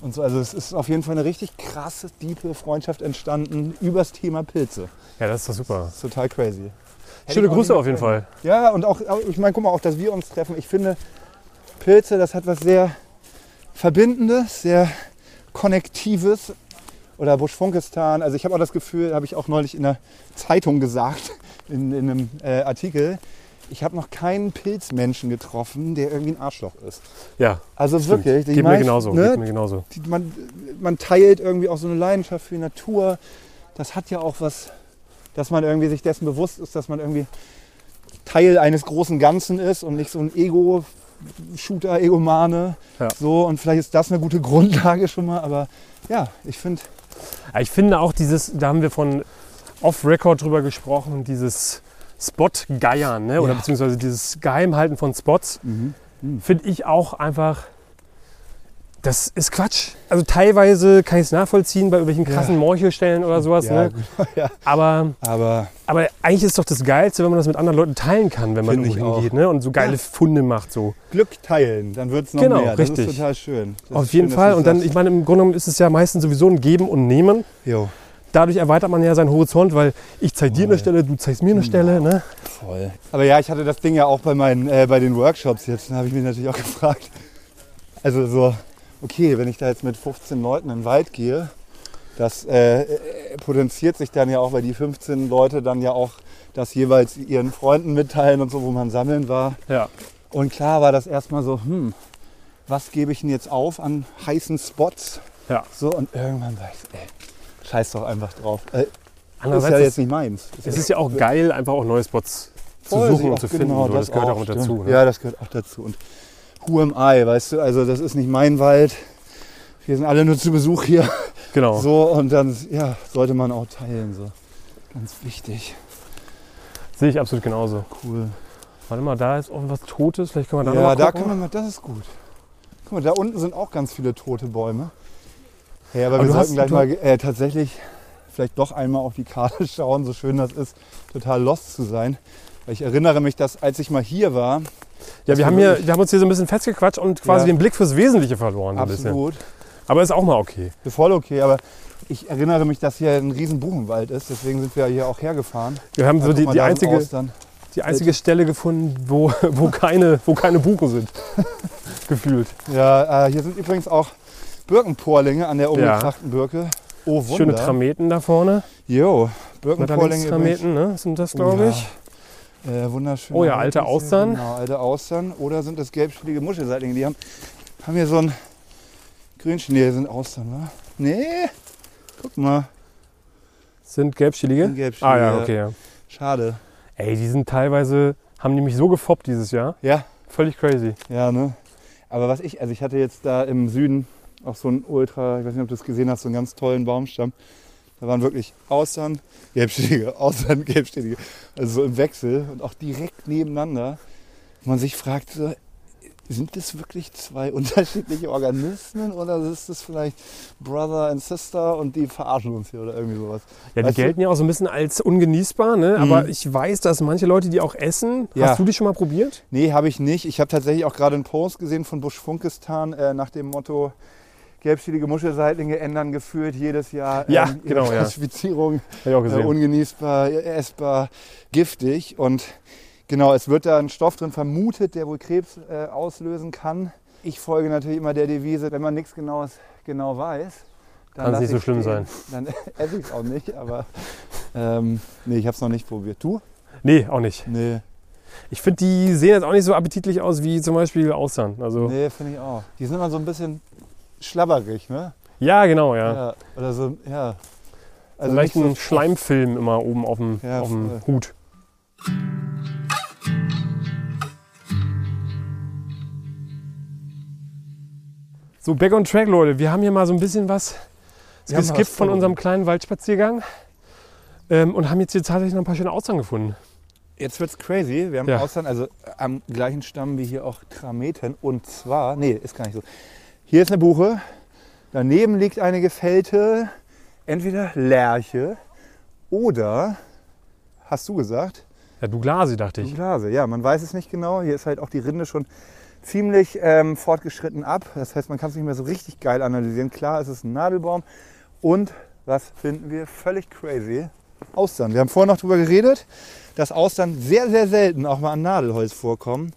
Und so, also es ist auf jeden Fall eine richtig krasse, tiefe Freundschaft entstanden übers Thema Pilze.
Ja, das ist doch super.
Das ist total crazy. Hätte
Schöne
ich auch
Grüße
nicht
auf jeden Fall.
ja, und auch, auch- ich meine, guck mal, auch, dass wir uns treffen. Ich finde, Pilze, das hat was sehr Verbindendes, sehr Konnektives. Oder Buschfunkistan. Also ich habe auch das Gefühl, habe ich auch neulich in der Zeitung gesagt, in, in einem äh, Artikel, ich habe noch keinen Pilzmenschen getroffen, der irgendwie ein Arschloch ist.
Ja,
Also
stimmt.
wirklich. ich
Geht mir
mein,
genauso.
ne,
Geht mir genauso.
die- man, man teilt irgendwie auch so eine Leidenschaft für die Natur. Das hat ja auch was, dass man irgendwie sich dessen bewusst ist, dass man irgendwie Teil eines großen Ganzen ist und nicht so ein Ego-Shooter, Egomane.
Ja.
So, und vielleicht ist das eine gute Grundlage schon mal, aber ja, ich finde,
Aber Ah, ich finde auch dieses, da haben wir von Off-Record drüber gesprochen, dieses Spot-Geiern ne? oder
Ja.
beziehungsweise dieses Geheimhalten von Spots,
Mhm.
finde ich auch einfach, das ist Quatsch. Also teilweise kann ich es nachvollziehen bei irgendwelchen krassen Morchelstellen oder sowas,
Ja,
ne?
gut, ja.
aber
Aber
aber eigentlich ist doch das Geilste, wenn man das mit anderen Leuten teilen kann, wenn man
Finde ich
irgendwo hingeht
auch.
ne? und so geile
Ja.
Funde macht. So.
Glück teilen, dann wird es noch
Genau,
mehr. Das
richtig.
ist total schön. Das
Auf
ist
jeden
schön, dass
Fall.
du's
Und dann,
sagst.
ich meine, im Grunde genommen ist es ja meistens sowieso ein Geben und Nehmen.
Jo,
Dadurch erweitert man ja seinen Horizont, weil ich zeig dir eine Stelle, du zeigst
Mhm.
mir eine Stelle. Ne?
voll. Aber ja, ich hatte das Ding ja auch bei, meinen, äh, bei den Workshops jetzt. Da habe ich mich natürlich auch gefragt. Also so, okay, wenn ich da jetzt mit 15 Leuten in den Wald gehe, das äh, äh, potenziert sich dann ja auch, weil die 15 Leute dann ja auch das jeweils ihren Freunden mitteilen und so, wo man sammeln war.
Ja.
Und klar war das erstmal so, hm, was gebe ich denn jetzt auf an heißen Spots?
Ja.
So, und irgendwann war ich, so, ey, scheiß doch einfach drauf. Äh, ist
Andererseits
ja
ist,
jetzt nicht meins.
es ist ja auch geil, einfach auch neue Spots zu
Voll,
suchen
sich
und
auch-
zu finden.
genau,
so. das, gehört auch, mit
stimmt.
dazu. Ne?
Ja, das gehört auch dazu. Und Ruhe im Ei, weißt du, also das ist nicht mein Wald. Wir sind alle nur zu Besuch hier.
Genau.
So, und dann ja, sollte man auch teilen. So. Ganz wichtig.
Sehe ich absolut genauso.
Cool.
Warte mal, da ist auch was Totes. Vielleicht können wir da noch
Ja,
mal
da
gucken.
können wir mal, das ist gut. Guck mal, da unten sind auch ganz viele tote Bäume. Hey, aber,
Aber
wir
du
sollten
hast-
gleich
du-
mal äh, tatsächlich vielleicht doch einmal auf die Karte schauen, so schön das ist, total lost zu sein. Weil ich erinnere mich, dass als ich mal hier war,
ja,
das
wir, haben
wir
hier,
wirklich-
wir haben uns hier so ein bisschen festgequatscht und quasi
Ja.
den Blick fürs Wesentliche verloren. so Ein bisschen.
absolut,
Aber ist auch mal okay.
voll okay, aber ich erinnere mich, dass hier ein riesen Buchenwald ist, deswegen sind wir hier auch hergefahren.
Wir haben
Da
so
guck
die,
mal,
die
da sind
einzige,
Austern.
Die einzige Stelle gefunden, wo, wo, keine, wo keine Buchen sind. Gefühlt.
Ja, äh, hier sind übrigens auch Birkenporlinge an der
Ja.
umgekrachten Birke. Oh, Wunder.
Schöne Trameten da vorne.
Jo, Birkenporlinge übrigens
Trameten, ne? Sind das, glaube
Ja.
ich.
Äh, wunderschön.
Oh ja, alte Austern.
Genau, alte Austern. Oder sind das gelbspielige Muschelseitlinge? Die haben, haben hier so ein Grünschnee. sind Austern, wa? Nee, guck mal.
Sind gelbschillige?
sind gelbschnee.
Ah ja, okay. Ja.
Schade.
Ey, die sind teilweise, haben die mich so gefoppt dieses Jahr.
Ja,
Völlig crazy.
ja, ne? Aber was ich, also ich hatte jetzt da im Süden auch so einen ultra, ich weiß nicht, ob du das gesehen hast, so einen ganz tollen Baumstamm. Da waren wirklich Austern, gelbständige, Austern, gelbständige. Also so im Wechsel und auch direkt nebeneinander. Wo Man sich fragt, so, sind das wirklich zwei unterschiedliche Organismen oder ist das vielleicht Brother and Sister und die verarschen uns hier oder irgendwie sowas?
Ja, die
Weißt du?
gelten ja auch so ein bisschen als ungenießbar, ne?
Mhm.
Aber ich weiß, dass manche Leute die auch essen.
Ja.
Hast du die schon mal probiert?
Nee, habe ich nicht. Ich habe tatsächlich auch gerade einen Post gesehen von Busch Funkistan äh, nach dem Motto gelbschielige Muschelseitlinge ändern gefühlt jedes Jahr ähm,
Ja,
ihre
genau, ja.
Klassifizierung
Hab ich auch
äh,
gesehen.
ungenießbar, äh, essbar, giftig und genau, es wird da ein Stoff drin vermutet, der wohl Krebs äh, auslösen kann. Ich folge natürlich immer der Devise, wenn man nichts genaues genau weiß, dann
Kann's
lass
nicht so
ich's
schlimm
stehen. Dann esse ich es auch nicht, aber ähm, nee, ich habe es noch nicht probiert. Du?
nee, auch nicht.
Nee,
Ich finde, die sehen jetzt auch nicht so appetitlich aus wie zum Beispiel Austern. Also,
nee finde ich auch. Die sind immer so ein bisschen schlabberig, ne?
ja, genau, ja.
Ja, oder so, ja.
Also
nicht
Leicht
so-
einen Schleimfilm immer oben auf dem,
Ja,
auf dem
voll.
Hut. So, back on track, Leute. Wir haben hier mal so ein bisschen was
Wir haben
geskippt
was
von
verloren.
unserem kleinen Waldspaziergang ähm, und haben jetzt hier tatsächlich noch ein paar schöne Austern gefunden.
Jetzt wird's crazy. Wir haben
Ja.
Austern, also am gleichen Stamm wie hier auch Trameten. Und zwar, nee, ist gar nicht so. Hier ist eine Buche. Daneben liegt eine gefällte, entweder Lerche oder, hast du gesagt,
Ja, Douglasi, dachte ich.
Blase. Ja, man weiß es nicht genau. Hier ist halt auch die Rinde schon ziemlich ähm, fortgeschritten ab. Das heißt, man kann es nicht mehr so richtig geil analysieren. Klar, es ist ein Nadelbaum. Und was finden wir völlig crazy? Austern. Wir haben vorhin noch drüber geredet, dass Austern sehr, sehr selten auch mal an Nadelholz vorkommen.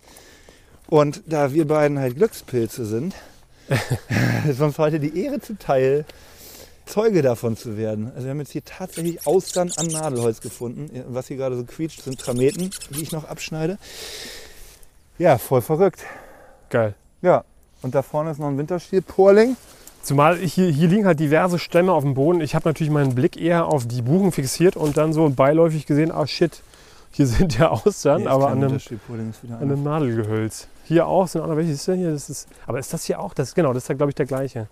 Und da wir beiden halt Glückspilze sind, ist uns heute die Ehre zuteil, Zeuge davon zu werden. Also wir haben jetzt hier tatsächlich Austern an Nadelholz gefunden. Äh, Was hier gerade so quietscht, sind Trameten, die ich noch abschneide. Ja, voll verrückt.
Geil.
Ja. Und da vorne ist noch ein Winterstiel-Porling.
Zumal ich hier, hier liegen halt diverse Stämme auf dem Boden. Ich habe natürlich meinen Blick eher auf die Buchen fixiert und dann so beiläufig gesehen, ah shit, hier sind ja Austern, aber an einem
Winterstiel-Porling ist wieder
An
einer.
einem Nadelgehölz. Hier auch sind auch noch welche. Ist denn hier? Das ist, aber ist das hier auch? Das, genau, das ist ja, glaube ich, der gleiche.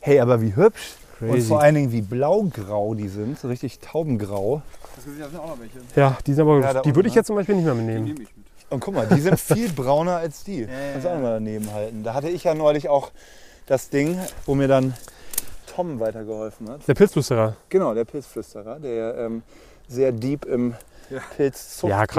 Hey, aber wie hübsch. Und
Crazy.
vor allen Dingen, wie blaugrau die sind, so richtig taubengrau.
Das sind ja auch noch welche.
Ja, die, sind
Ja,
aber,
da
die
unten,
würde ich
ne?
jetzt zum Beispiel nicht mehr mitnehmen.
Nehme ich mit.
Und guck mal, die sind viel brauner als die.
ja,
Kannst du auch
ja.
noch mal daneben halten. Da hatte ich ja neulich auch das Ding, wo mir dann Tom weitergeholfen hat.
Der Pilzflüsterer.
Genau, der Pilzflüsterer, der ähm, sehr deep im
Ja.
Ja, krass.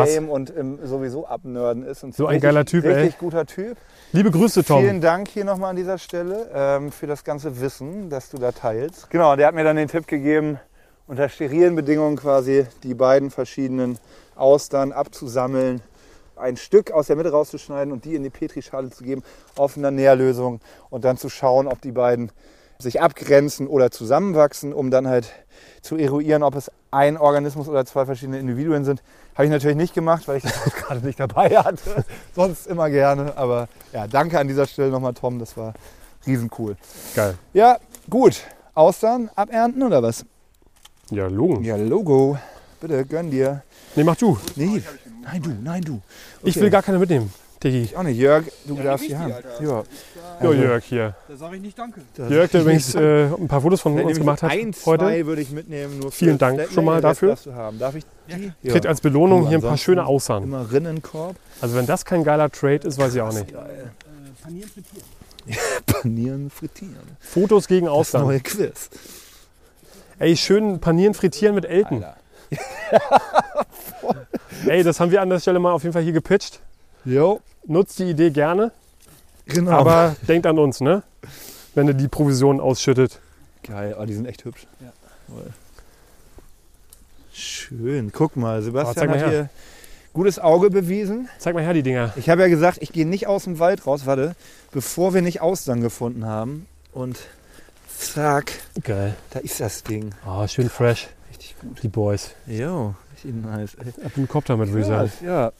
Pilzzucht-Game und im sowieso abnörden ist. Und
So ein geiler Typ, ey.
Richtig guter Typ.
Liebe Grüße, Tom.
Vielen Dank hier nochmal an dieser Stelle ähm, für das ganze Wissen, das du da teilst. Genau, der hat mir dann den Tipp gegeben, unter sterilen Bedingungen quasi die beiden verschiedenen Austern abzusammeln, ein Stück aus der Mitte rauszuschneiden und die in die Petrischale zu geben, auf einer Nährlösung und dann zu schauen, ob die beiden sich abgrenzen oder zusammenwachsen, um dann halt zu eruieren, ob es ein Organismus oder zwei verschiedene Individuen sind. Habe ich natürlich nicht gemacht, weil ich das auch gerade nicht dabei hatte. Sonst immer gerne. Aber ja, danke an dieser Stelle nochmal, Tom. Das war riesencool.
Geil.
Ja, gut. Austern, abernten oder was?
Ja, Logen.
Ja, Logo. Bitte gönn dir.
Nee, mach du.
Nee, nein du, nein du.
Ich will gar keine mitnehmen. Diggi.
Ich auch nicht. Jörg, du darfst
nehm
die
ich
haben.
die, Alter.
Ja.
Ja,
Also-
Jörg hier.
Da sage ich nicht danke.
Das-
Jörg, der übrigens äh, ein paar Fotos von
Wenn
uns
nämlich
gemacht hat
ein, zwei
heute,
würde ich mitnehmen. Nur für
Vielen Dank
Flatmate.
schon mal
Den Rest
dafür.
darfst du haben. Darf ich die? äh, Ja.
kriegt also als Belohnung
Du,
hier ein paar
ansonsten
schöne Aussahen.
Immer Rinnenkorb.
Also wenn das kein geiler Trade ist, weiß ich auch nicht.
Geil.
Äh, panieren mit dir.
Panieren, frittieren.
Fotos gegen
Das
Ausland.
neue Quiz.
Ey, schön panieren, frittieren mit Elten.
Alter.
Ey, das haben wir an der Stelle mal auf jeden Fall hier gepitcht.
Jo,
Nutzt die Idee gerne,
genau.
aber denkt an uns, ne? Wenn ihr die Provision ausschüttet.
Geil, oh, die sind echt hübsch.
Ja.
Voll. Schön. Guck mal, Sebastian
Oh, zeig mal
hat
her.
hier gutes Auge bewiesen.
Zeig mal her die Dinger.
Ich habe ja gesagt, ich gehe nicht aus dem Wald raus, warte, bevor wir nicht Austern gefunden haben. Und zack,
Geil.
da ist das Ding.
Ah, schön fresh,
Richtig gut.
die Boys.
Jo, richtig nice. Ey.
Ab dem Kopf damit, würde ich sagen.
Krass, ja.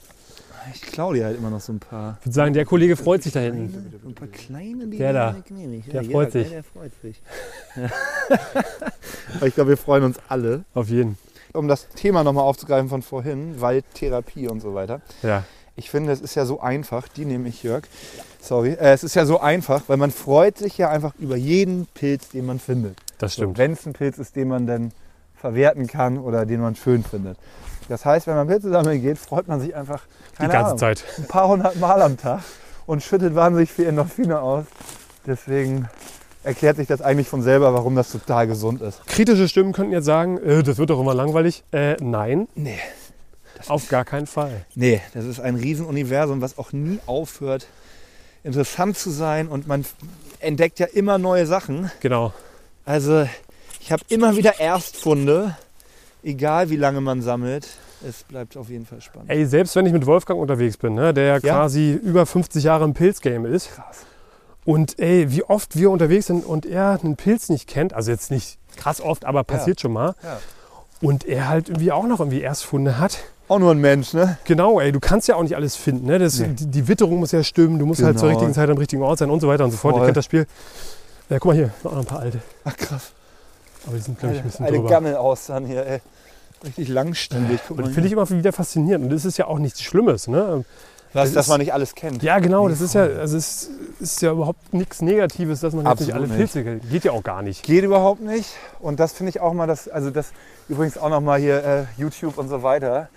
Ich klau dir halt immer noch so ein paar.
Ich würde sagen, der Kollege freut sich da hinten.
Kleine, so ein paar kleine Dinge.
Der da,
nehme ich.
der
Ja,
freut
ja,
sich.
Der freut sich. Aber ich glaube, wir freuen uns alle.
Auf jeden.
um das Thema nochmal aufzugreifen von vorhin, Waldtherapie und so weiter.
Ja.
Ich finde, es ist ja so einfach, die nehme ich, Jörg, sorry, äh, es ist ja so einfach, weil man freut sich ja einfach über jeden Pilz, den man findet.
Das
So,
stimmt.
Wenn es ein Pilz ist, den man dann verwerten kann oder den man schön findet. Das heißt, wenn man Pilze sammeln geht, freut man sich einfach
Die
keine
ganze
Ahnung,
Zeit.
ein paar hundert Mal am Tag und schüttet wahnsinnig viel Endorphine aus. Deswegen erklärt sich das eigentlich von selber, warum das total gesund ist.
Kritische Stimmen könnten jetzt sagen, äh, das wird doch immer langweilig. Äh, nein,
Nee,
auf gar keinen Fall.
Nee, das ist ein Riesenuniversum, was auch nie aufhört, interessant zu sein und man f- entdeckt ja immer neue Sachen.
Genau.
Also ich habe immer wieder Erstfunde, egal wie lange man sammelt. Es bleibt auf jeden Fall spannend.
Ey, selbst wenn ich mit Wolfgang unterwegs bin, ne, der ja quasi über 50 Jahre im Pilzgame ist
krass.
und ey, wie oft wir unterwegs sind und er einen Pilz nicht kennt, also jetzt nicht krass oft, aber passiert schon mal.
Ja.
Und er halt irgendwie auch noch irgendwie Erstfunde hat.
Auch nur ein Mensch, ne?
Genau, ey, du kannst ja auch nicht alles finden. Ne? Das,
Nee.
die, die Witterung muss ja stimmen, du musst halt zur
Genau.
richtigen Zeit am richtigen Ort sein und so weiter und so fort.
Voll.
Ihr kennt das Spiel. Ja, guck mal hier, noch ein paar alte.
Ach krass.
Aber die sind, glaube ich, ein
Eine,
bisschen
eine
drüber.
Gammel austern hier, ey. Richtig langstielig. Guck mal
Und finde
hier.
ich immer wieder faszinierend. Und das ist ja auch nichts Schlimmes. Ne?
Was,
das
dass
ist-
man nicht alles kennt.
Ja, genau. Das ist ja, also es ist ja überhaupt nichts Negatives, dass man jetzt nicht alle
Absolut
Pilze kennt. Geht ja auch gar nicht.
Geht überhaupt nicht. Und das finde ich auch mal, das, also das übrigens auch nochmal hier äh, YouTube und so weiter.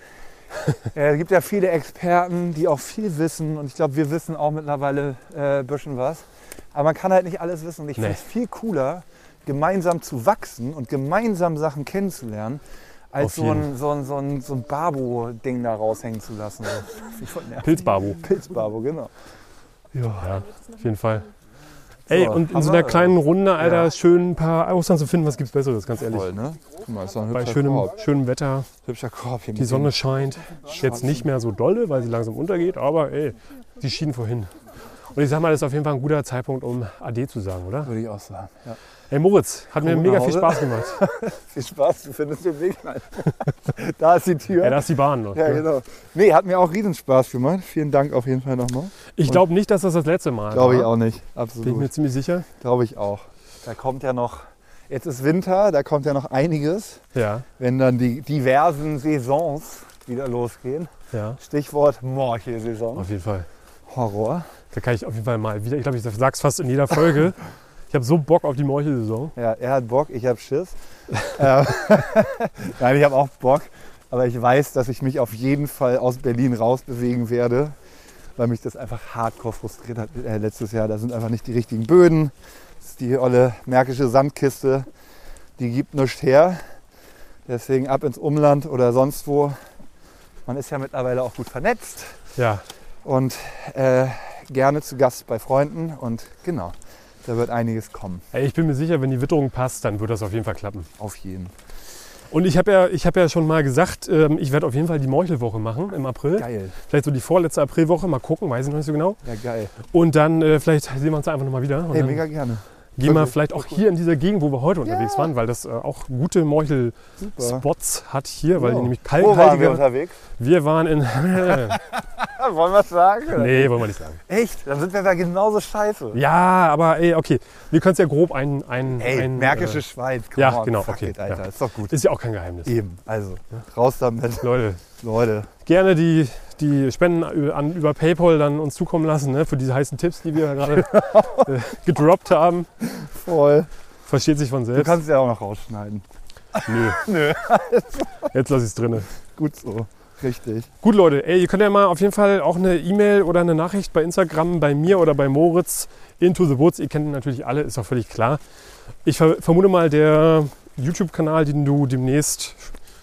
Äh, Es gibt ja viele Experten, die auch viel wissen und ich glaube, wir wissen auch mittlerweile äh, ein bisschen was. Aber man kann halt nicht alles wissen und ich finde
Nee.
es viel cooler, gemeinsam zu wachsen und gemeinsam Sachen kennenzulernen, als
Auf
so ein, so ein, so ein, so ein Babo-Ding da raushängen zu lassen. So. Ich voll nervig.
Pilzbabo.
Pilz-Babo, genau.
Ja, auf jeden Fall. Ey,
So,
und in
haben
so einer
wir-
kleinen Runde, Alter,
Ja.
schön ein paar Austern zu finden, was gibt's Besseres, ganz ehrlich.
Voll, ne? Guck mal, ist doch ein
Bei
hübscher
schönem,
Korb.
schönem Wetter,
Hübscher Korb hier
die Sonne scheint. Jetzt nicht mehr so dolle, weil sie langsam untergeht, aber ey, sie schien vorhin. Und ich sag mal, das ist auf jeden Fall ein guter Zeitpunkt, um AD zu sagen, oder?
Würde ich auch sagen. Ja.
Ey, Moritz, hat mir
Komm
mega
nach
viel
Hause.
Spaß gemacht.
Viel Spaß, du findest den Weg. Nein. da ist die Tür.
Ja, da ist die Bahn noch.
Ja,
ne?
genau. Nee, hat mir auch riesen Spaß gemacht. Vielen Dank auf jeden Fall nochmal.
Ich glaube nicht, dass das das letzte Mal
Glaube
war.
ich auch nicht.
Bin ich mir
Absolut.
ziemlich sicher.
Glaube ich auch. Da kommt ja noch, jetzt ist Winter, da kommt ja noch einiges,
Ja,
wenn dann die diversen Saisons wieder losgehen.
ja.
Stichwort Morchelsaison.
Auf jeden Fall.
Horror.
Da kann ich auf jeden Fall mal wieder, ich glaube, ich sag's fast in jeder Folge. Ich habe so Bock auf die Morchelsaison.
Ja, er hat Bock, ich habe Schiss. Ähm, Nein, ich habe auch Bock, aber ich weiß, dass ich mich auf jeden Fall aus Berlin rausbewegen werde, weil mich das einfach hardcore frustriert hat äh, letztes Jahr. Da sind einfach nicht die richtigen Böden. Das ist die olle märkische Sandkiste, die gibt nichts her. Deswegen ab ins Umland oder sonst wo. Man ist ja mittlerweile auch gut vernetzt
Ja,
und äh, gerne zu Gast bei Freunden und genau, da wird einiges kommen,
Ey, ich bin mir sicher, wenn die Witterung passt, dann wird das auf jeden Fall klappen.
auf jeden.
Und ich habe ja, ich hab ja schon mal gesagt, ähm, ich werde auf jeden Fall die Meuchelwoche machen im April.
Geil,
Vielleicht so die vorletzte Aprilwoche, mal gucken, weiß ich noch nicht so genau.
ja geil.
Und dann äh, vielleicht sehen wir uns einfach nochmal wieder. Und
Hey,
dann
mega gerne.
gehen wir
wirklich,
vielleicht auch
voll cool.
hier in dieser Gegend, wo wir heute unterwegs
Ja.
waren, weil das äh, auch gute Meuchel-Spots
Super.
hat hier, weil die
Wow.
nämlich
Wo waren wir
kalthaltige.
unterwegs?
wir waren in.
Ah, Wollen wir es sagen?
nee, wollen wir nicht sagen.
Echt? Dann sind wir da genauso scheiße.
Ja, aber ey, okay. Wir können es ja grob ein. ein,
Ey,
ein äh,
Märkische Schweiz, come
ja,
on,
genau,
fuck
okay,
it, Alter,
ja.
ist doch gut.
Äh, ist ja auch kein Geheimnis.
Eben, also, raus damit,
Leute,
Leute.
gerne die, die Spenden über, an, über PayPal dann uns zukommen lassen ne, für diese heißen Tipps, die wir gerade äh, gedroppt haben.
Voll.
Versteht sich von
Du
selbst.
kannst es ja auch noch rausschneiden.
Nö. Jetzt lasse ich es drin.
Gut so, richtig.
Gut, Leute, ey, ihr könnt ja mal auf jeden Fall auch eine E-Mail oder eine Nachricht bei Instagram, bei mir oder bei Moritz into the Woods. Ihr kennt ihn natürlich alle, ist doch völlig klar. Ich ver vermute mal, der YouTube-Kanal, den du demnächst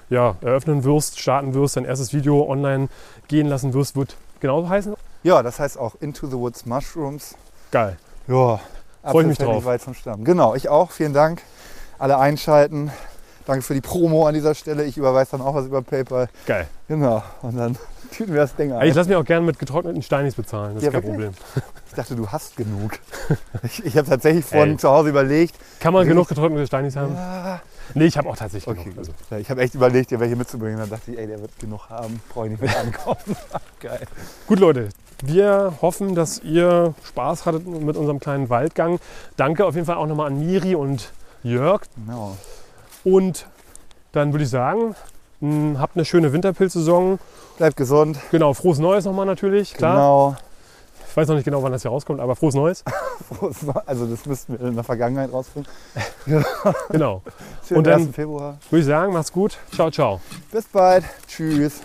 ja, eröffnen wirst, starten wirst, dein erstes Video online gehen lassen wirst, wird genauso heißen.
Ja, das heißt auch Into the Woods Mushrooms.
Geil.
Ja,
Freu
Apfel
ich mich
fällt
drauf.
nicht weit vom Stamm. Genau, ich auch. Vielen Dank. Alle einschalten. Danke für die Promo an dieser Stelle. Ich überweise dann auch was über PayPal.
Geil.
Genau. Und dann tüten wir das Ding
Ey, ich
ein.
lasse mich auch gerne mit getrockneten Steinis bezahlen, das ist
Ja,
kein
wirklich?
Problem.
Ich dachte, du hast genug. Ich, ich habe tatsächlich vorhin
Ey. Ähm.
zu Hause überlegt.
Kann man
Wirklich?
genug getrocknete Steinis haben?
Ah,
Nee, ich habe auch tatsächlich
okay,
genug.
gut.
Also,
Ja, Ich habe echt überlegt, dir welche mitzubringen. Dann dachte ich, ey, der wird genug haben. Brauche ich nicht mit ankommen. Geil.
Gut, Leute, wir hoffen, dass ihr Spaß hattet mit unserem kleinen Waldgang. Danke auf jeden Fall auch nochmal an Miri und Jörg.
Genau.
Und dann würde ich sagen, mh, habt eine schöne Winterpilzsaison.
Bleibt gesund.
Genau, frohes Neues nochmal natürlich. Klar,
Genau.
ich weiß noch nicht genau, wann das hier rauskommt, aber frohes Neues.
Frohes Neu- Also das müssten wir in der Vergangenheit rausfinden.
Genau.
Schönen
Und dann-
1. Februar.
Würde ich sagen, macht's gut. Ciao, ciao.
Bis bald. Tschüss.